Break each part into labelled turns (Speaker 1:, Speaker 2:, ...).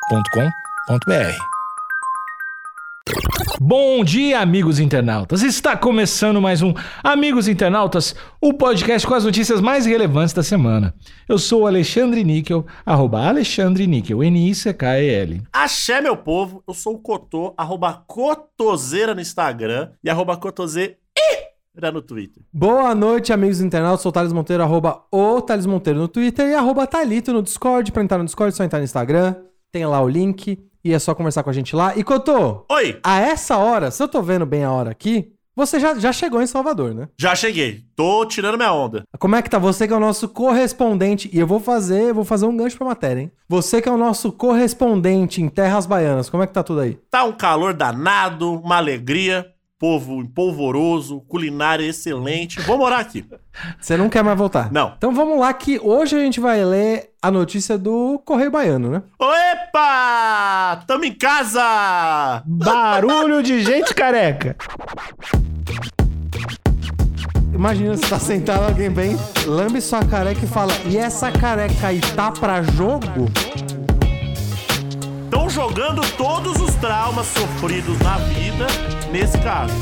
Speaker 1: agenciadepodcast.com.br.
Speaker 2: Bom dia, amigos internautas. Está começando mais um Amigos Internautas, o podcast com as notícias mais relevantes da semana. Eu sou o Alexandre Níquel, arroba Alexandre Níquel, N-I-C-K-E-L.
Speaker 3: Axé, meu povo. Eu sou o Cotô, arroba Cotoseira no Instagram e arroba Cotoseira no Twitter.
Speaker 4: Boa noite, amigos internautas. Sou o Thales Monteiro, arroba o Thales Monteiro no Twitter e arroba Thalito no Discord. Pra entrar no Discord, é só entrar no Instagram. Tem lá o link e é só conversar com a gente lá. E Cotô,
Speaker 3: Oi,
Speaker 4: a essa hora, se eu tô vendo bem a hora aqui, você já, já chegou em Salvador, né?
Speaker 3: já cheguei. Tô tirando minha onda.
Speaker 4: Como é que tá você que é o nosso correspondente? E eu vou fazer, eu vou fazer um gancho pra matéria, hein? Você que é o nosso correspondente em Terras Baianas, como é que tá tudo aí?
Speaker 3: Tá um calor danado, uma alegria, povo empolvoroso, culinária excelente. Vou morar aqui.
Speaker 4: Você não quer mais voltar?
Speaker 3: Não.
Speaker 4: Então vamos lá que hoje a gente vai ler a notícia do Correio Baiano, né?
Speaker 3: Opa! Tamo em casa!
Speaker 2: Barulho de gente careca.
Speaker 4: Imagina você tá sentado alguém bem, lambe sua careca e fala: "E essa careca aí tá pra jogo?"
Speaker 3: Estão jogando todos os traumas sofridos na vida nesse caso.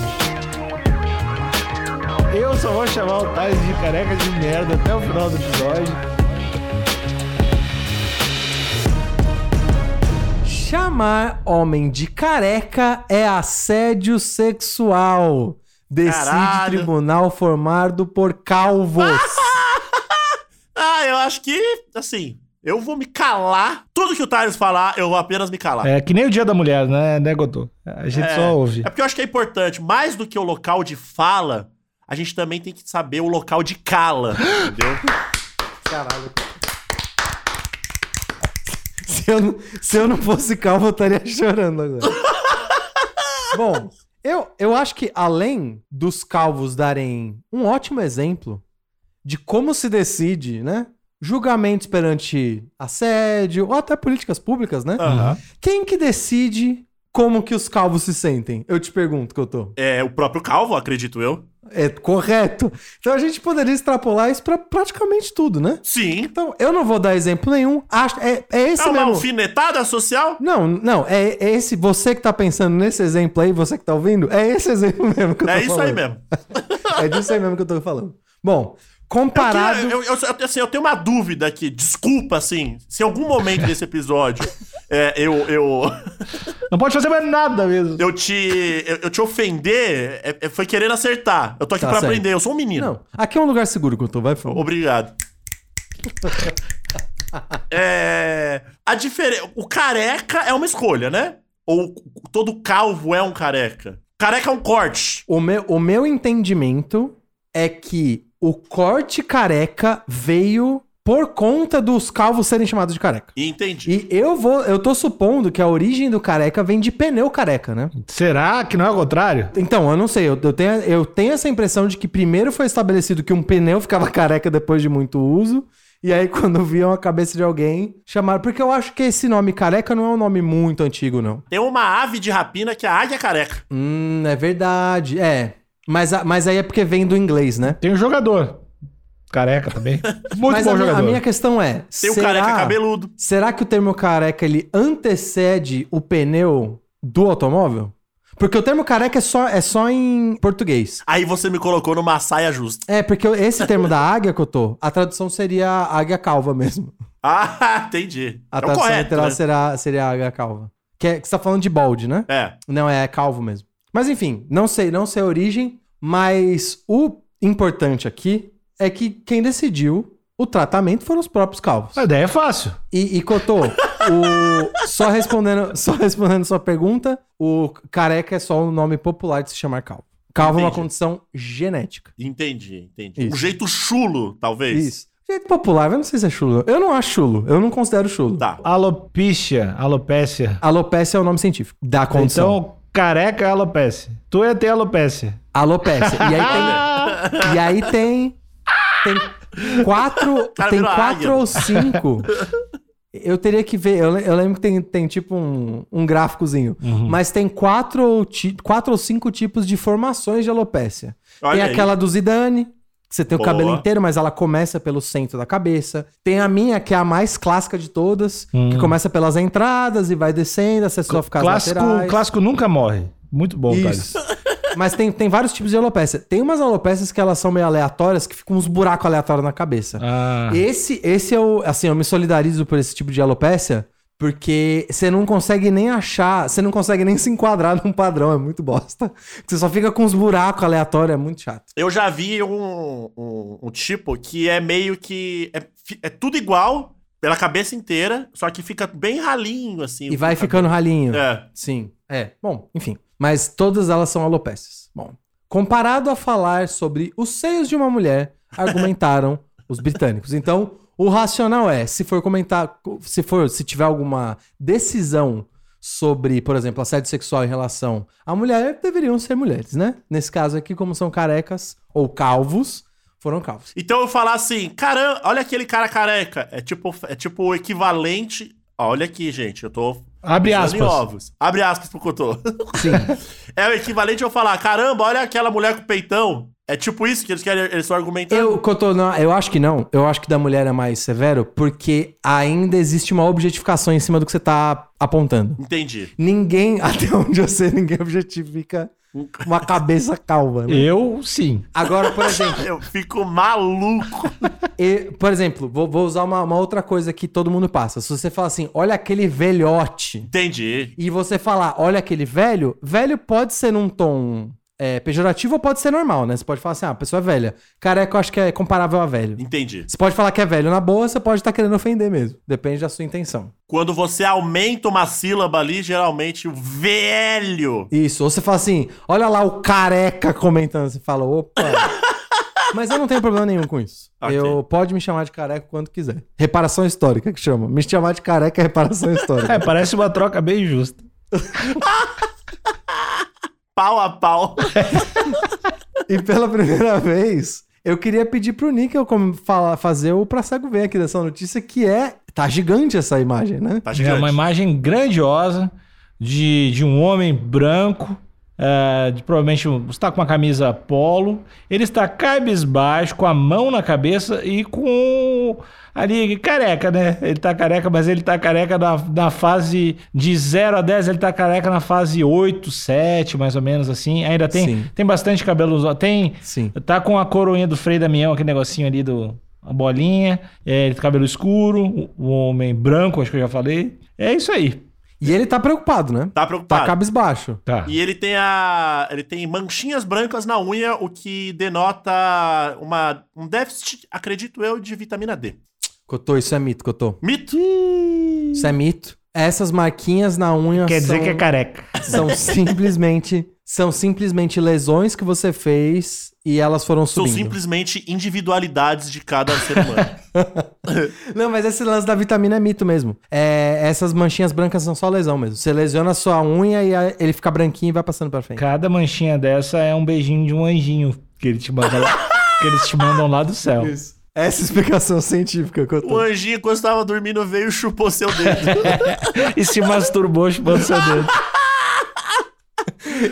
Speaker 5: Eu só vou chamar o Thais de careca de merda até o final do episódio.
Speaker 4: Chamar homem de careca é assédio sexual. Decide
Speaker 3: Caralho.
Speaker 4: tribunal formado por calvos.
Speaker 3: Ah, eu acho que, assim, eu vou me calar. Tudo que o Thales falar, eu vou apenas me calar.
Speaker 2: É que nem o Dia da Mulher, né, né Godô? A gente
Speaker 3: É.
Speaker 2: só ouve.
Speaker 3: É porque eu acho que é importante, mais do que o local de fala, a gente também tem que saber o local de cala, entendeu?
Speaker 4: Caralho. Se eu, não- se eu não fosse calvo, eu estaria chorando agora. Bom, eu, eu acho que além dos calvos darem um ótimo exemplo de como se decide, né? Julgamentos perante assédio ou até políticas públicas, né?
Speaker 2: Ah.
Speaker 3: Aham.
Speaker 4: Quem que decide como que os calvos se sentem? Eu te pergunto que eu tô.
Speaker 3: É o próprio calvo, acredito eu.
Speaker 4: É correto. Então a gente poderia extrapolar isso pra praticamente tudo, né?
Speaker 3: Sim.
Speaker 4: Então, eu não vou dar exemplo nenhum. Acho, é, é esse
Speaker 3: é uma
Speaker 4: mesmo.
Speaker 3: alfinetada social?
Speaker 4: Não, não, é, é esse. Você que tá pensando nesse exemplo aí, você que tá ouvindo, é esse exemplo mesmo que eu tô
Speaker 3: É isso aí
Speaker 4: falando.
Speaker 3: mesmo.
Speaker 4: É disso aí mesmo que eu tô falando. Bom,
Speaker 3: Eu queria-
Speaker 4: comparado.
Speaker 3: Eu, eu- eu- assim, eu tenho uma dúvida aqui. Desculpa, assim, se em algum momento desse episódio é, eu, eu,
Speaker 2: Não pode fazer mais nada mesmo.
Speaker 3: eu, te, eu, eu te ofender, é- é- foi querendo acertar. Eu tô aqui
Speaker 4: Tá
Speaker 3: pra
Speaker 4: certo.
Speaker 3: aprender, eu sou um menino.
Speaker 4: Não, aqui é um lugar seguro que eu tô, vai, por favor.
Speaker 3: Obrigado. É, a diferença. O careca é uma escolha, né? Ou todo calvo é um careca? Careca é um corte.
Speaker 4: O meu, o meu entendimento é que o corte careca veio por conta dos calvos serem chamados de careca.
Speaker 3: Entendi.
Speaker 4: E eu vou, eu tô supondo que a origem do careca vem de pneu careca, né?
Speaker 2: Será que não é o contrário?
Speaker 4: Então, eu não sei, eu, eu tenho, eu tenho essa impressão de que primeiro foi estabelecido que um pneu ficava careca depois de muito uso, e aí quando viam a cabeça de alguém, chamaram. Porque eu acho que esse nome careca não é um nome muito antigo, não.
Speaker 3: Tem uma ave de rapina que é a águia careca.
Speaker 4: Hum, é verdade, é. Mas, a- mas aí é porque vem do inglês, né?
Speaker 2: Tem um jogador. Careca também. Muito
Speaker 4: mas
Speaker 2: bom
Speaker 4: a, minha-
Speaker 2: jogador.
Speaker 4: a minha questão é,
Speaker 3: Tem o
Speaker 4: será,
Speaker 3: careca cabeludo.
Speaker 4: será que o termo careca, ele antecede o pneu do automóvel? Porque o termo careca é só, é só em português.
Speaker 3: Aí você me colocou numa saia justa.
Speaker 4: É, porque esse termo da águia, Cotô, a tradução seria águia calva mesmo.
Speaker 3: Ah, entendi.
Speaker 4: A
Speaker 3: é o
Speaker 4: tradução
Speaker 3: correto.
Speaker 4: literal
Speaker 3: Né?
Speaker 4: será, seria águia calva. Que, é, que você tá falando de bald, né?
Speaker 3: É.
Speaker 4: Não, é calvo mesmo. Mas enfim, não sei, não sei a origem, mas o importante aqui é que quem decidiu o tratamento foram os próprios calvos.
Speaker 2: A ideia é fácil.
Speaker 4: E, e Cotô, o- só, respondendo, só respondendo sua pergunta, o careca é só um nome popular de se chamar calvo. Calvo é uma
Speaker 3: Entendi.
Speaker 4: condição genética.
Speaker 3: Entendi, entendi. Um
Speaker 4: Isso.
Speaker 3: jeito chulo, talvez.
Speaker 4: Isso. Jeito popular, eu não sei se é chulo. Eu não acho chulo. Eu não considero chulo.
Speaker 3: Tá.
Speaker 2: Alopecia, alopecia.
Speaker 4: Alopecia é o nome científico da condição.
Speaker 2: Então, careca é alopecia. Tu ia ter alopecia.
Speaker 4: Alopecia. E aí tem. e aí tem. Tem quatro.
Speaker 3: Cara,
Speaker 4: tem
Speaker 3: virou águia.
Speaker 4: quatro ou cinco. Eu teria que ver. Eu, le- eu lembro que tem, tem tipo um, um gráficozinho. Mas tem quatro ou, ti- quatro ou cinco tipos de formações de alopecia.
Speaker 3: Olha
Speaker 4: tem
Speaker 3: aí.
Speaker 4: aquela do Zidane, que você tem o
Speaker 3: Boa.
Speaker 4: cabelo inteiro, mas ela começa pelo centro da cabeça. Tem a minha, que é a mais clássica de todas, que começa pelas entradas e vai descendo, acessou a ficar
Speaker 2: Hum. Clássico,
Speaker 4: laterais.
Speaker 2: clássico nunca morre. Muito bom, Thales.
Speaker 4: Isso. Mas tem, tem vários tipos de alopecia. Tem umas alopecias que elas são meio aleatórias, que ficam uns buracos aleatórios na cabeça.
Speaker 2: Ah,
Speaker 4: Esse, esse é o. Assim, eu me solidarizo por esse tipo de alopecia, porque você não consegue nem achar, você não consegue nem se enquadrar num padrão, é muito bosta. Você só fica com uns buracos aleatórios, é muito chato.
Speaker 3: Eu já vi um, um, um tipo que é meio que. É, fi- é tudo igual, pela cabeça inteira, só que fica bem ralinho, assim.
Speaker 4: E vai
Speaker 3: fica-
Speaker 4: ficando ralinho.
Speaker 3: É.
Speaker 4: Sim. É. Bom, enfim. Mas todas elas são alopecias. Bom. Comparado a falar sobre os seios de uma mulher, argumentaram os britânicos. Então, o racional é, se for comentar, se for, se tiver alguma decisão sobre, por exemplo, assédio sexual em relação à mulher, deveriam ser mulheres, né? Nesse caso aqui, como são carecas ou calvos, foram calvos.
Speaker 3: Então eu falar assim, caramba, olha aquele cara careca. É tipo, é tipo o equivalente. ó, Olha aqui, gente, eu tô.
Speaker 2: abre
Speaker 3: pisando em
Speaker 2: aspas.
Speaker 3: ovos. Abre aspas pro Cotô.
Speaker 4: Sim.
Speaker 3: É o equivalente a eu falar, caramba, olha aquela mulher com peitão. É tipo isso que eles querem, eles estão argumentando.
Speaker 4: Eu, Cotô, não, eu acho que não. Eu acho que da mulher é mais severo, porque ainda existe uma objetificação em cima do que você tá apontando.
Speaker 3: Entendi.
Speaker 4: Ninguém, até onde eu sei, ninguém objetifica uma cabeça calva. né?
Speaker 2: Eu, sim.
Speaker 4: Agora, por exemplo,
Speaker 3: Eu fico maluco.
Speaker 4: e- por exemplo, vou, vou usar uma, uma outra coisa que todo mundo passa. Se você fala assim, olha aquele velhote,
Speaker 3: Entendi.
Speaker 4: e você falar, olha aquele velho, velho pode ser num tom é, pejorativo ou pode ser normal, né? Você pode falar assim, ah, a pessoa é velha. Careca, eu acho que é comparável a velho.
Speaker 3: Entendi.
Speaker 4: Você pode falar que é velho na boa, você pode estar querendo ofender mesmo. Depende da sua intenção.
Speaker 3: Quando você aumenta uma sílaba ali, geralmente o velho.
Speaker 4: Isso. Ou você fala assim, olha lá o careca comentando. Você fala, opa. Mas eu não tenho problema nenhum com isso.
Speaker 3: Ok.
Speaker 4: Eu pode me chamar de careca quando quiser. Reparação histórica que chama. Me chamar de careca é reparação histórica.
Speaker 2: É, parece uma troca bem justa.
Speaker 3: Pau a pau. tá
Speaker 4: E pela primeira vez, eu queria pedir pro Nickel como fala- fazer o pra cego ver aqui dessa notícia, que é. Tá gigante essa imagem, né?
Speaker 3: Tá
Speaker 2: É
Speaker 3: gigante.
Speaker 2: uma imagem grandiosa de, de um homem branco, é, de, provavelmente um- está com uma camisa polo. Ele está cabisbaixo, com a mão na cabeça e com ali careca, né? Ele está careca, mas ele está careca na, na fase de 0 a 10, ele está careca na fase 8, 7, mais ou menos assim. Ainda tem,
Speaker 4: Sim.
Speaker 2: tem bastante cabelo, tem
Speaker 4: Sim.
Speaker 2: Tá com a coroinha do Frei Damião, aquele negocinho ali do. A bolinha, é, ele tem cabelo escuro, o- o homem branco, acho que eu já falei. É isso aí.
Speaker 4: E ele tá preocupado, né?
Speaker 3: Tá
Speaker 4: Tá
Speaker 3: preocupado.
Speaker 4: cabisbaixo.
Speaker 2: Tá.
Speaker 3: E ele tem a. Ele tem manchinhas brancas na unha, o que denota uma, um déficit, acredito eu, de vitamina D.
Speaker 4: Cotô, isso é mito, Cotô.
Speaker 3: Mito?
Speaker 4: Isso é mito. Essas marquinhas na unha
Speaker 2: Quer dizer
Speaker 4: são,
Speaker 2: que é careca.
Speaker 4: são simplesmente são simplesmente lesões que você fez e elas foram
Speaker 3: São
Speaker 4: subindo.
Speaker 3: simplesmente individualidades de cada ser humano.
Speaker 4: Não, mas esse lance da vitamina é mito mesmo. É, essas manchinhas brancas são só lesão mesmo. Você lesiona a sua unha e a- ele fica branquinho e vai passando pra frente.
Speaker 2: Cada manchinha dessa é um beijinho de um anjinho que, ele te manda lá- que eles te mandam lá do céu.
Speaker 4: Essa é explicação científica que eu
Speaker 3: o
Speaker 4: tô.
Speaker 3: anjinho, quando estava dormindo, veio e chupou seu dedo.
Speaker 2: E se masturbou chupando seu dedo.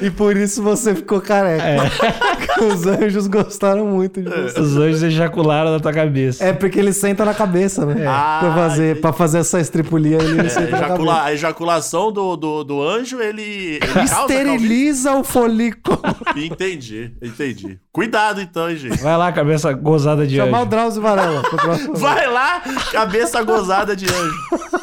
Speaker 4: E por isso você ficou careca.
Speaker 3: É.
Speaker 4: Os anjos gostaram muito de você.
Speaker 2: Os anjos ejacularam na tua cabeça.
Speaker 4: É porque ele senta na cabeça, né?
Speaker 3: Ah,
Speaker 4: pra, fazer, pra fazer essa estripulia, ele
Speaker 3: É,
Speaker 4: senta na cabeça.
Speaker 3: ejacula- a ejaculação do, do, do anjo, ele. ele causa
Speaker 4: Esteriliza o folículo.
Speaker 3: calvície. Entendi, entendi. Cuidado então, hein, gente.
Speaker 2: Vai lá, cabeça gozada de
Speaker 4: Chamar o
Speaker 2: anjo.
Speaker 4: Drauzio Varela. pro próximo.
Speaker 3: Vai lá, cabeça gozada de anjo.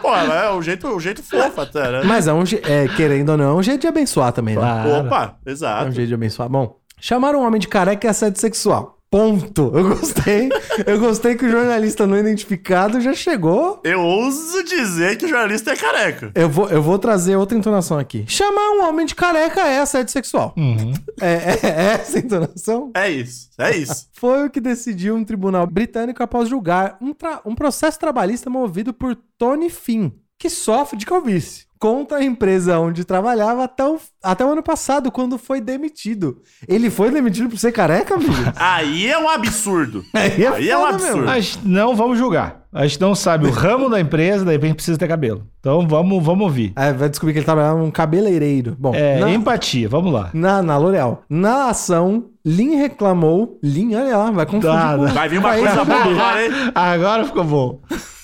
Speaker 3: Pô, é um jeito, um jeito fofo até, né?
Speaker 4: Mas é um je- é, querendo ou não, é um jeito de abençoar também, né?
Speaker 2: Claro.
Speaker 3: Opa,
Speaker 4: É um
Speaker 3: exato.
Speaker 4: jeito de abençoar. Bom, chamaram um homem de careca e assédio sexual. Ponto. Eu gostei. Eu gostei que o jornalista não identificado já chegou.
Speaker 3: Eu ouso dizer que o jornalista é careca.
Speaker 4: Eu vou, eu vou trazer outra entonação aqui. Chamar um homem de careca é assédio sexual.
Speaker 2: Uhum.
Speaker 4: É, é- é essa a entonação?
Speaker 3: É isso, é isso.
Speaker 4: Foi o que decidiu um tribunal britânico após julgar um, tra- um processo trabalhista movido por Tony Finn, que sofre de calvície. contra a empresa onde trabalhava até o, até o ano passado, quando foi demitido. Ele foi demitido por ser careca, amigo?
Speaker 3: Aí é um absurdo.
Speaker 4: Aí é,
Speaker 3: Aí é um
Speaker 4: foda mesmo.
Speaker 3: absurdo.
Speaker 2: A gente não vamos julgar. A gente não sabe o ramo da empresa, daí a gente precisa ter cabelo. Então vamos, vamos ouvir.
Speaker 4: É, vai descobrir que ele trabalhava num cabeleireiro. Bom,
Speaker 2: É,
Speaker 4: na,
Speaker 2: empatia, vamos lá.
Speaker 4: na, na L'Oréal. Na ação, Lin reclamou. Lin, olha lá, vai confundir.
Speaker 2: Dá,
Speaker 4: com-
Speaker 2: dá.
Speaker 3: Vai vir uma
Speaker 4: Vai,
Speaker 3: coisa
Speaker 4: vai.
Speaker 3: boa Tá agora, hein?
Speaker 2: Agora ficou bom.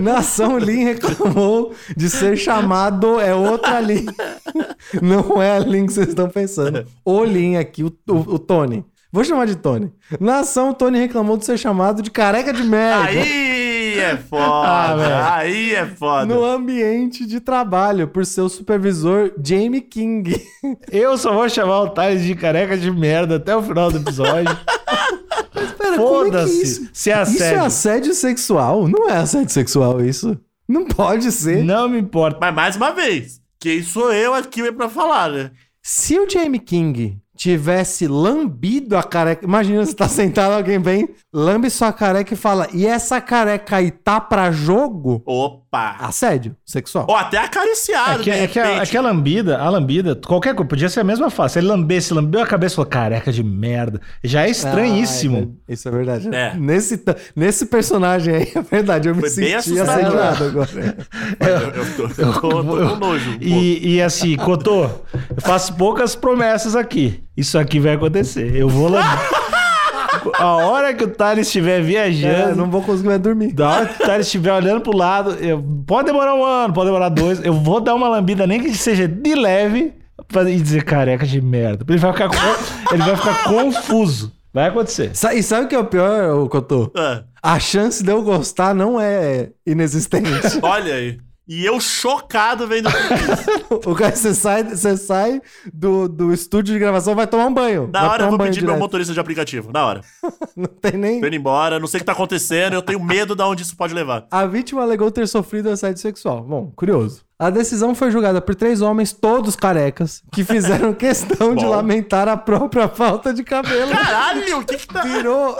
Speaker 4: Na ação, Lin reclamou de ser chamado. É outra Lin. Não é a Lin que vocês estão pensando. O Lin aqui, o, o- o Tony. Vou chamar de Tony. Na ação, o Tony reclamou de ser chamado de careca de merda.
Speaker 3: Aí é foda.
Speaker 2: Ah, velho.
Speaker 3: aí é foda.
Speaker 4: No ambiente de trabalho, por seu supervisor Jamie King.
Speaker 2: Eu só vou chamar o Thales de careca de merda até o final do episódio.
Speaker 4: Pera,
Speaker 2: Foda-se. Se é
Speaker 4: é Isso é
Speaker 2: assédio.
Speaker 4: assédio sexual? Não é assédio sexual isso. Não pode ser.
Speaker 2: Não me importa.
Speaker 3: Mas mais uma vez, quem sou eu aqui pra falar, né?
Speaker 4: Se o Jamie King tivesse lambido a careca. Imagina você tá sentado, alguém vem, lambe sua careca e fala: E essa careca aí tá pra jogo?
Speaker 3: Opa!
Speaker 4: Assédio sexual.
Speaker 3: Ou até acariciado,
Speaker 2: É que, é que a, é que a lambida, a lambida, qualquer coisa, podia ser a mesma face. Ele lambesse, lambeu a cabeça e falou, careca de merda. Já é
Speaker 4: Ah,
Speaker 2: estranhíssimo.
Speaker 4: é- isso é verdade.
Speaker 3: É.
Speaker 4: Nesse, ta- nesse personagem aí, é verdade. Eu me
Speaker 3: Foi bem
Speaker 4: senti
Speaker 3: assustador.
Speaker 4: assediado agora.
Speaker 2: é
Speaker 3: Eu, eu tô, eu tô- tô com nojo. um pouco.
Speaker 2: e, e assim, Cotô, eu faço poucas promessas aqui. Isso aqui vai acontecer. Eu vou lamber. a hora que o Thales estiver
Speaker 4: É, eu
Speaker 2: viajando,
Speaker 4: não vou conseguir mais dormir.
Speaker 2: da hora que o Thales estiver olhando pro lado, eu- pode demorar um ano, pode demorar dois, eu vou dar uma lambida, nem que seja de leve, pra- e dizer careca de merda. Ele vai ficar, com- ele vai ficar confuso. Vai acontecer.
Speaker 4: Sa- E sabe o que é o pior, ô Cotô?
Speaker 3: Ah,
Speaker 4: A chance de eu gostar não é inexistente.
Speaker 3: olha aí. E eu chocado vendo
Speaker 4: o cara, você sai, você sai do, do estúdio de gravação, vai tomar um banho.
Speaker 3: Na
Speaker 4: vai
Speaker 3: hora
Speaker 4: tomar
Speaker 3: eu
Speaker 4: um
Speaker 3: vou
Speaker 4: banho
Speaker 3: pedir meu
Speaker 4: direto.
Speaker 3: motorista de aplicativo. Na hora.
Speaker 4: Não tem nem.
Speaker 3: Tô indo embora, não sei o que tá acontecendo, eu tenho medo de onde isso pode levar.
Speaker 4: A vítima alegou ter sofrido assédio sexual. Bom, curioso. A decisão foi julgada por três homens, todos carecas, que fizeram questão de
Speaker 3: Bom.
Speaker 4: lamentar a própria falta de cabelo.
Speaker 3: Caralho, o que que tá.
Speaker 4: Virou.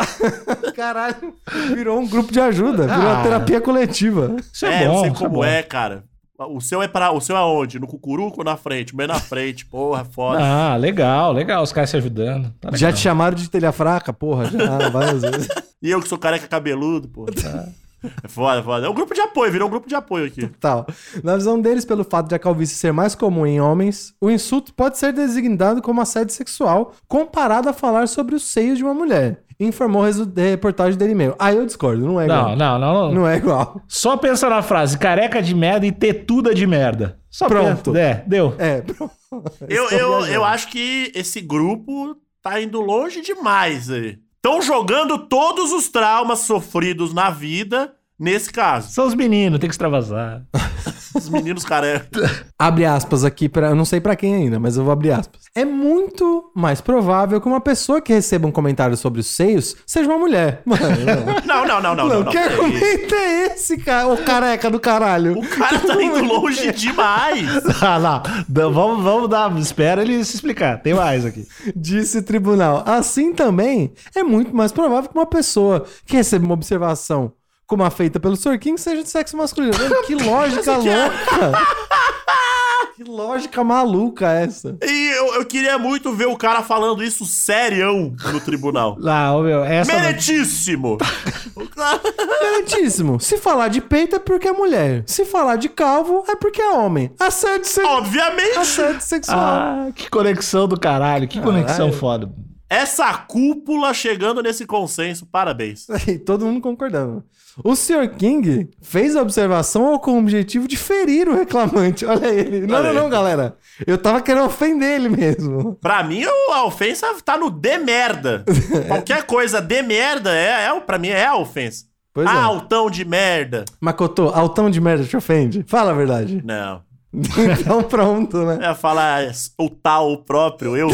Speaker 4: Caralho. Virou um grupo de ajuda. Virou uma
Speaker 2: Ah.
Speaker 4: terapia coletiva.
Speaker 2: Isso é,
Speaker 3: É,
Speaker 2: bom.
Speaker 3: eu sei
Speaker 2: isso é
Speaker 3: como
Speaker 2: bom.
Speaker 3: é, cara. O seu é para O seu é onde? No cucuruco ou na frente? O meu é na frente. Porra, foda.
Speaker 2: Ah, legal, legal. Os caras se ajudando. Tá
Speaker 4: Já
Speaker 2: legal.
Speaker 4: te chamaram de telha fraca, porra? Já, várias vezes.
Speaker 3: E eu que sou careca cabeludo, pô. É foda, foda. É um grupo de apoio, virou um grupo de apoio aqui.
Speaker 4: Tal. Na visão deles, pelo fato de a calvície ser mais comum em homens, o insulto pode ser designado como assédio sexual, comparado a falar sobre os seios de uma mulher. Informou a resu- a reportagem dele mesmo. Aí eu discordo, não é
Speaker 2: Não,
Speaker 4: igual.
Speaker 2: não, não, não.
Speaker 4: Não é igual.
Speaker 2: Só pensa na frase careca de merda e tetuda de merda. Só
Speaker 4: Pronto.
Speaker 2: pensa- É, deu.
Speaker 4: É, pronto.
Speaker 3: Eu,
Speaker 4: Estou
Speaker 3: eu,
Speaker 4: viajando.
Speaker 3: eu acho que esse grupo tá indo longe demais aí. Estão jogando todos os traumas sofridos na vida nesse caso.
Speaker 2: São os meninos, tem que extravasar.
Speaker 3: Os meninos é- carecas.
Speaker 4: Abre aspas aqui, pra, eu não sei pra quem ainda, mas eu vou abrir aspas. É muito mais provável que uma pessoa que receba um comentário sobre os seios seja uma mulher. Mano, não.
Speaker 3: Não, não, não, não. não,
Speaker 4: Não,
Speaker 3: não.
Speaker 4: que
Speaker 3: peraí.
Speaker 4: argumento é esse, cara? Ô careca do caralho.
Speaker 3: O cara tá
Speaker 4: é?
Speaker 3: indo longe demais.
Speaker 2: ah, lá. Vamos, vamos dar. Espera ele se explicar. Tem mais aqui.
Speaker 4: Disse o tribunal. Assim também é muito mais provável que uma pessoa que receba uma observação como a feita pelo Sorkin seja de sexo masculino. Mano, Que lógica louca! Que lógica maluca essa.
Speaker 3: E eu, eu queria muito ver o cara falando isso serião no tribunal.
Speaker 2: Lá, ô meu. Essa.
Speaker 3: Meritíssimo! O cara-
Speaker 4: Garantíssimo. Se falar de peito é porque é mulher. Se falar de calvo é porque é homem. Assédio, se...
Speaker 3: Obviamente!
Speaker 4: Assédio sexual.
Speaker 2: Ah, que conexão do caralho. Que conexão foda.
Speaker 3: Essa cúpula chegando nesse consenso, parabéns.
Speaker 4: E todo mundo concordando. O Sr. King fez a observação ao- com o objetivo de ferir o reclamante. Olha ele. Não,
Speaker 3: Olha
Speaker 4: não, não,
Speaker 3: aí.
Speaker 4: galera. Eu tava querendo ofender ele mesmo.
Speaker 3: Pra mim, o- a ofensa tá no de merda. Qualquer coisa de merda é, é o- pra mim é a ofensa.
Speaker 4: Pois é.
Speaker 3: Altão de merda.
Speaker 4: Makoto, altão de merda te ofende? Fala a verdade.
Speaker 3: Não.
Speaker 4: então pronto, né?
Speaker 3: É falar o tal, o próprio, eu.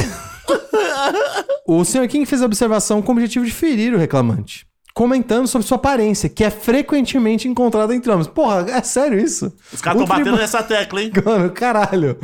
Speaker 4: O Sr. King fez a observação com o objetivo de ferir o reclamante. Comentando sobre sua aparência, que é frequentemente encontrada entre homens. Porra, é sério isso?
Speaker 3: Os caras
Speaker 4: O
Speaker 3: tão batendo
Speaker 4: tribunal-
Speaker 3: nessa tecla, hein?
Speaker 4: Mano, caralho.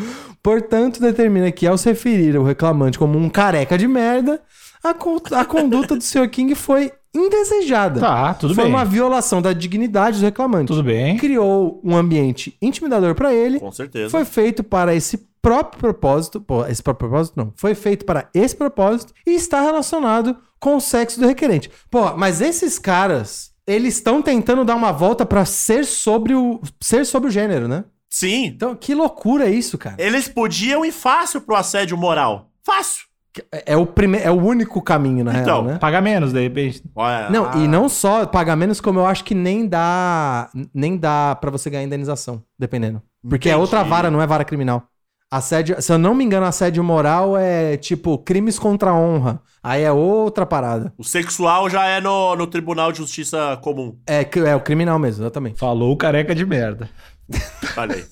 Speaker 4: Portanto, determina que ao se referir ao reclamante como um careca de merda, a, con- a conduta do Sr. King foi indesejada.
Speaker 2: Tá, tudo
Speaker 4: Foi
Speaker 2: bem.
Speaker 4: uma violação da dignidade do reclamante.
Speaker 2: Tudo bem.
Speaker 4: Criou um ambiente intimidador pra ele.
Speaker 3: Com certeza.
Speaker 4: Foi feito para esse próprio propósito. Pô, esse próprio propósito não. Foi feito para esse propósito e está relacionado com o sexo do requerente. Pô, mas esses caras, eles estão tentando dar uma volta pra ser sobre o ser sobre o gênero, né?
Speaker 3: Sim.
Speaker 4: Então, que loucura isso, cara.
Speaker 3: Eles podiam ir fácil pro assédio moral. Fácil.
Speaker 4: É, é o primeiro, é o único caminho na real,
Speaker 3: Então,
Speaker 4: né?
Speaker 2: Paga menos, de repente.
Speaker 3: Olha,
Speaker 4: Não,
Speaker 3: ah,
Speaker 4: e não só pagar menos, como eu acho que nem dá nem dá para você ganhar indenização, dependendo. Porque é
Speaker 3: Entendi.
Speaker 4: outra vara, não é vara criminal. Assédio, se eu não me engano, assédio moral é tipo crimes contra a honra. Aí é outra parada.
Speaker 3: O sexual já é no, no Tribunal de Justiça Comum.
Speaker 4: É, cri- é o criminal mesmo, exatamente.
Speaker 2: Falou o careca de merda.
Speaker 3: Falei.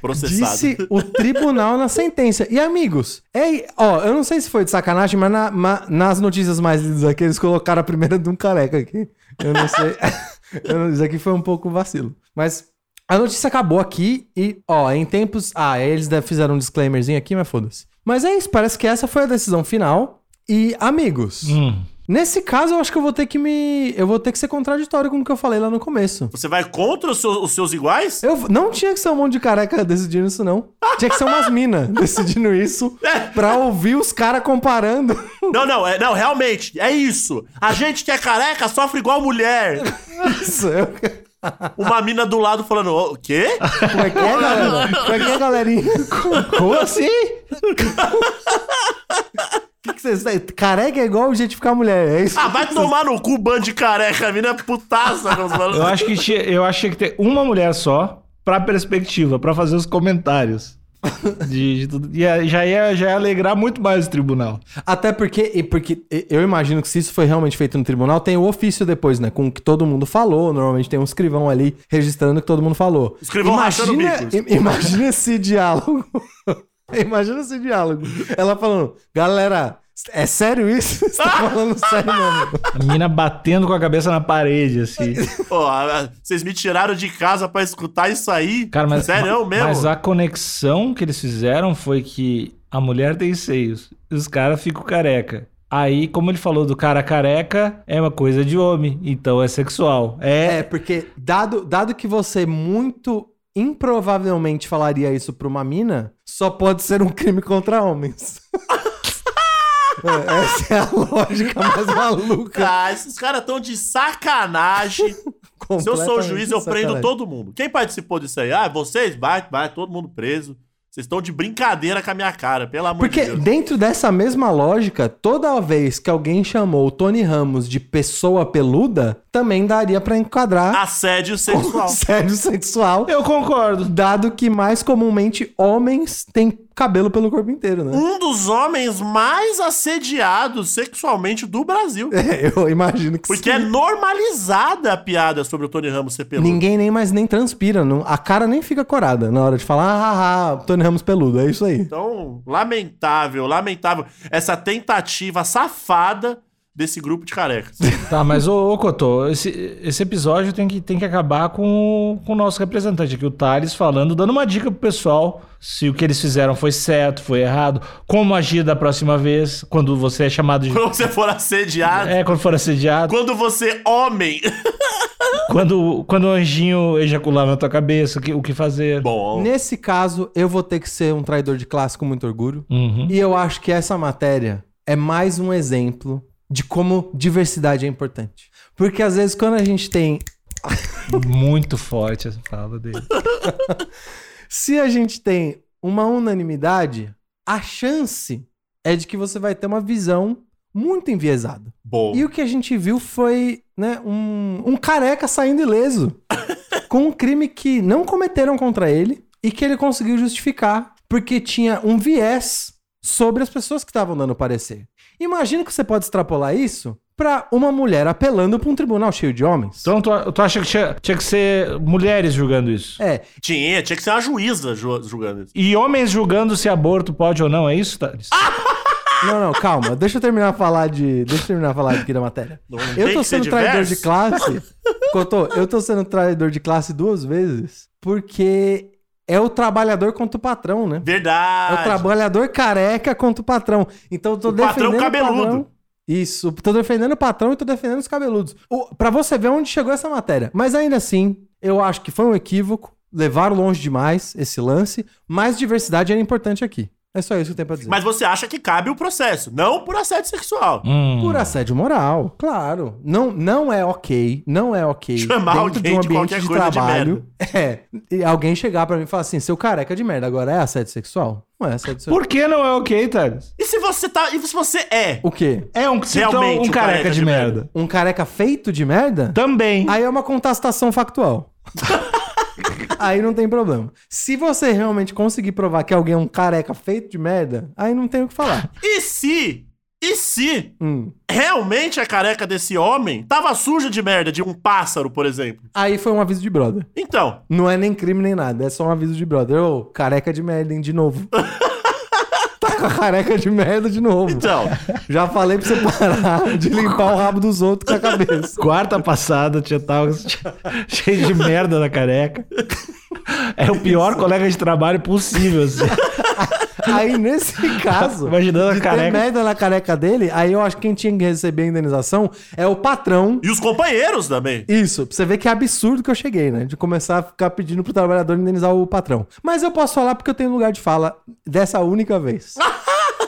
Speaker 3: Processado.
Speaker 4: Disse o tribunal na sentença. E amigos, é, ó, eu não sei se foi de sacanagem, mas na- ma- nas notícias mais lidas aqui, eles colocaram a primeira de um careca aqui. Eu não sei. Eu não- isso aqui foi um pouco vacilo. Mas a notícia acabou aqui e, ó, em tempos. Ah, eles deve- fizeram um disclaimerzinho aqui, mas foda-se. Mas é isso, parece que essa foi a decisão final. E, amigos,
Speaker 2: Hum.
Speaker 4: nesse caso eu acho que eu vou ter que me. Eu vou ter que ser contraditório com o que eu falei lá no começo.
Speaker 3: Você vai contra os seus, os seus iguais?
Speaker 4: Eu não tinha que ser um monte de careca decidindo isso, não. Tinha que ser umas minas decidindo isso
Speaker 3: É.
Speaker 4: pra ouvir os caras comparando.
Speaker 3: Não, não, é, não, realmente, é isso. A gente que é careca sofre igual mulher.
Speaker 4: Isso. Eu...
Speaker 3: Uma mina do lado falando, "Ô, o quê?
Speaker 4: Como é que é, galera? Como é que é, galerinha? Como assim? O que, que vocês têm? Careca é igual o jeito de ficar mulher, é isso?
Speaker 3: Ah, vai tomar no cu, bando de careca. A mina é putaça. como você fala.
Speaker 2: Eu acho que tinha, eu achei que ter uma mulher só pra perspectiva, pra fazer os comentários. De, de tudo. Ia- já, ia, já ia alegrar muito mais o tribunal.
Speaker 4: Até porque, e porque e- eu imagino que se isso foi realmente feito no tribunal, tem o ofício depois, né? Com o que todo mundo falou. Normalmente tem um escrivão ali registrando o que todo mundo falou.
Speaker 3: Escrivão rachando
Speaker 4: imagina,
Speaker 3: bicos.
Speaker 4: i- Imagina esse diálogo. imagina esse diálogo. Ela falando, galera, é sério isso? Você tá falando sério mesmo?
Speaker 2: A menina batendo com a cabeça na parede, assim.
Speaker 3: Pô, ah, vocês me tiraram de casa pra escutar isso aí?
Speaker 2: Cara, mas,
Speaker 3: Sério é
Speaker 2: ma-
Speaker 3: mesmo?
Speaker 2: mas a conexão que eles fizeram foi que a mulher tem seios, os caras ficam careca. Aí, como ele falou do cara careca, é uma coisa de homem, então é sexual. É,
Speaker 4: É, porque dado, dado que você muito improvavelmente falaria isso pra uma mina, só pode ser um crime contra homens. É, essa é a lógica mais maluca.
Speaker 3: Ah, esses caras estão de sacanagem. Se eu sou o juiz, eu prendo
Speaker 4: Completamente
Speaker 3: todo mundo. Quem participou disso aí? Ah, vocês? Vai, vai, todo mundo preso. Vocês estão de brincadeira com a minha cara, pelo amor
Speaker 4: Porque
Speaker 3: de Deus.
Speaker 4: dentro dessa mesma lógica, toda vez que alguém chamou o Tony Ramos de pessoa peluda, também daria pra
Speaker 3: Ah,
Speaker 4: enquadrar
Speaker 3: Assédio
Speaker 4: o
Speaker 3: sexual.
Speaker 4: sério sexual,
Speaker 2: eu concordo.
Speaker 4: dado que mais comumente homens têm cabelo pelo corpo inteiro, né?
Speaker 3: Um dos homens mais assediados sexualmente do Brasil.
Speaker 4: É, eu imagino que
Speaker 3: Porque é
Speaker 4: sim.
Speaker 3: normalizada a piada sobre o Tony Ramos ser peludo.
Speaker 4: Ninguém nem mais nem transpira, não- a cara nem fica corada na hora de falar, ah, ah, ah, Tony Ramos peludo, é isso aí.
Speaker 3: Então, lamentável, lamentável. Essa tentativa safada desse grupo de carecas.
Speaker 2: Tá, mas ô, ô Cotô, esse, esse episódio tem que, tem que acabar com, o- com o nosso representante aqui, o Thales, falando, dando uma dica pro pessoal se o que eles fizeram foi certo, foi errado, como agir da próxima vez, quando você é chamado de.
Speaker 3: quando você for assediado,
Speaker 2: É, quando for assediado.
Speaker 3: quando você, homem.
Speaker 2: Quando, quando o anjinho ejacular na tua cabeça, o que, o que fazer?
Speaker 3: Bom,
Speaker 4: Nesse caso, eu vou ter que ser um traidor de classe com muito orgulho.
Speaker 2: Uhum.
Speaker 4: E eu acho que essa matéria é mais um exemplo de como diversidade é importante. Porque às vezes quando a gente tem.
Speaker 2: Muito forte essa fala dele.
Speaker 4: Se a gente tem uma unanimidade, a chance é de que você vai ter uma visão muito enviesada.
Speaker 3: bom.
Speaker 4: E o que a gente viu foi né, um, um careca saindo ileso com um crime que não cometeram contra ele e que ele conseguiu justificar porque tinha um viés sobre as pessoas que estavam dando parecer. Imagina que você pode extrapolar isso pra uma mulher apelando pra um tribunal cheio de homens.
Speaker 2: Então, tu, tu acha que tinha, tinha que ser mulheres julgando isso?
Speaker 4: É,
Speaker 3: Tinha, tinha que ser uma juíza ju- julgando isso.
Speaker 2: E homens julgando se aborto pode ou não, é isso, Thales?
Speaker 4: não, não, calma. Deixa eu terminar a falar de, deixa eu terminar a falar aqui da matéria.
Speaker 3: Não
Speaker 4: Eu
Speaker 3: tem
Speaker 4: tô
Speaker 3: que ser
Speaker 4: sendo traidor
Speaker 3: diverso?
Speaker 4: de classe. Cotô, eu tô sendo traidor de classe duas vezes porque é o trabalhador contra o patrão, né? É o
Speaker 3: Verdade.
Speaker 4: trabalhador careca contra o patrão. Então eu tô
Speaker 3: O patrão
Speaker 4: defendendo o
Speaker 3: cabeludo.
Speaker 4: patrão. Isso, tô defendendo o patrão e tô defendendo os cabeludos. O, pra você ver onde chegou essa matéria. Mas ainda assim, eu acho que foi um equívoco, levaram longe demais esse lance, mas diversidade era importante aqui. É só isso que eu tenho pra dizer.
Speaker 3: Mas você acha que cabe o processo, não por assédio sexual.
Speaker 2: Hum.
Speaker 4: Por assédio moral, claro. Não, não é ok, não é ok.
Speaker 3: Chamar alguém de qualquer coisa de
Speaker 4: É, e alguém chegar pra mim e falar assim, seu careca de merda, agora é assédio sexual? Não é assédio sexual.
Speaker 2: Por que não é ok, Thales?
Speaker 3: E se você tá. E se você é?
Speaker 4: O quê?
Speaker 2: É um, se tu é um
Speaker 3: Realmente,
Speaker 2: careca, de, merda.
Speaker 4: Um careca feito de merda?
Speaker 2: Também.
Speaker 4: Aí é uma contestação factual. aí não tem problema. Se você realmente conseguir provar que alguém é um careca feito de merda, aí não tem o que falar.
Speaker 3: E se? E se
Speaker 4: Hum.
Speaker 3: realmente a careca desse homem tava suja de merda de um pássaro, por exemplo?
Speaker 4: Aí foi um aviso de brother.
Speaker 3: Então,
Speaker 4: Não é nem crime nem nada, é só um aviso de brother. Ô, careca de merda, hein, de novo. tá com a careca de merda de novo.
Speaker 3: então.
Speaker 4: Já falei pra você parar de limpar o rabo dos outros com a cabeça.
Speaker 2: Quarta passada, tinha tava cheio de merda na careca. É o pior colega de trabalho possível. assim.
Speaker 4: Aí, nesse caso,
Speaker 2: Imaginando a
Speaker 4: de ter
Speaker 2: careca.
Speaker 4: merda na careca dele, aí eu acho que quem tinha que receber a indenização é o patrão
Speaker 3: e os companheiros também.
Speaker 4: Isso, pra você ver que absurdo que eu cheguei, né? De começar a ficar pedindo pro trabalhador indenizar o patrão. Mas eu posso falar porque eu tenho lugar de fala dessa única vez.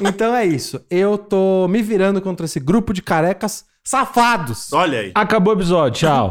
Speaker 4: então é isso. Eu tô me virando contra esse grupo de carecas safados.
Speaker 3: Olha aí.
Speaker 2: Acabou o episódio, tchau.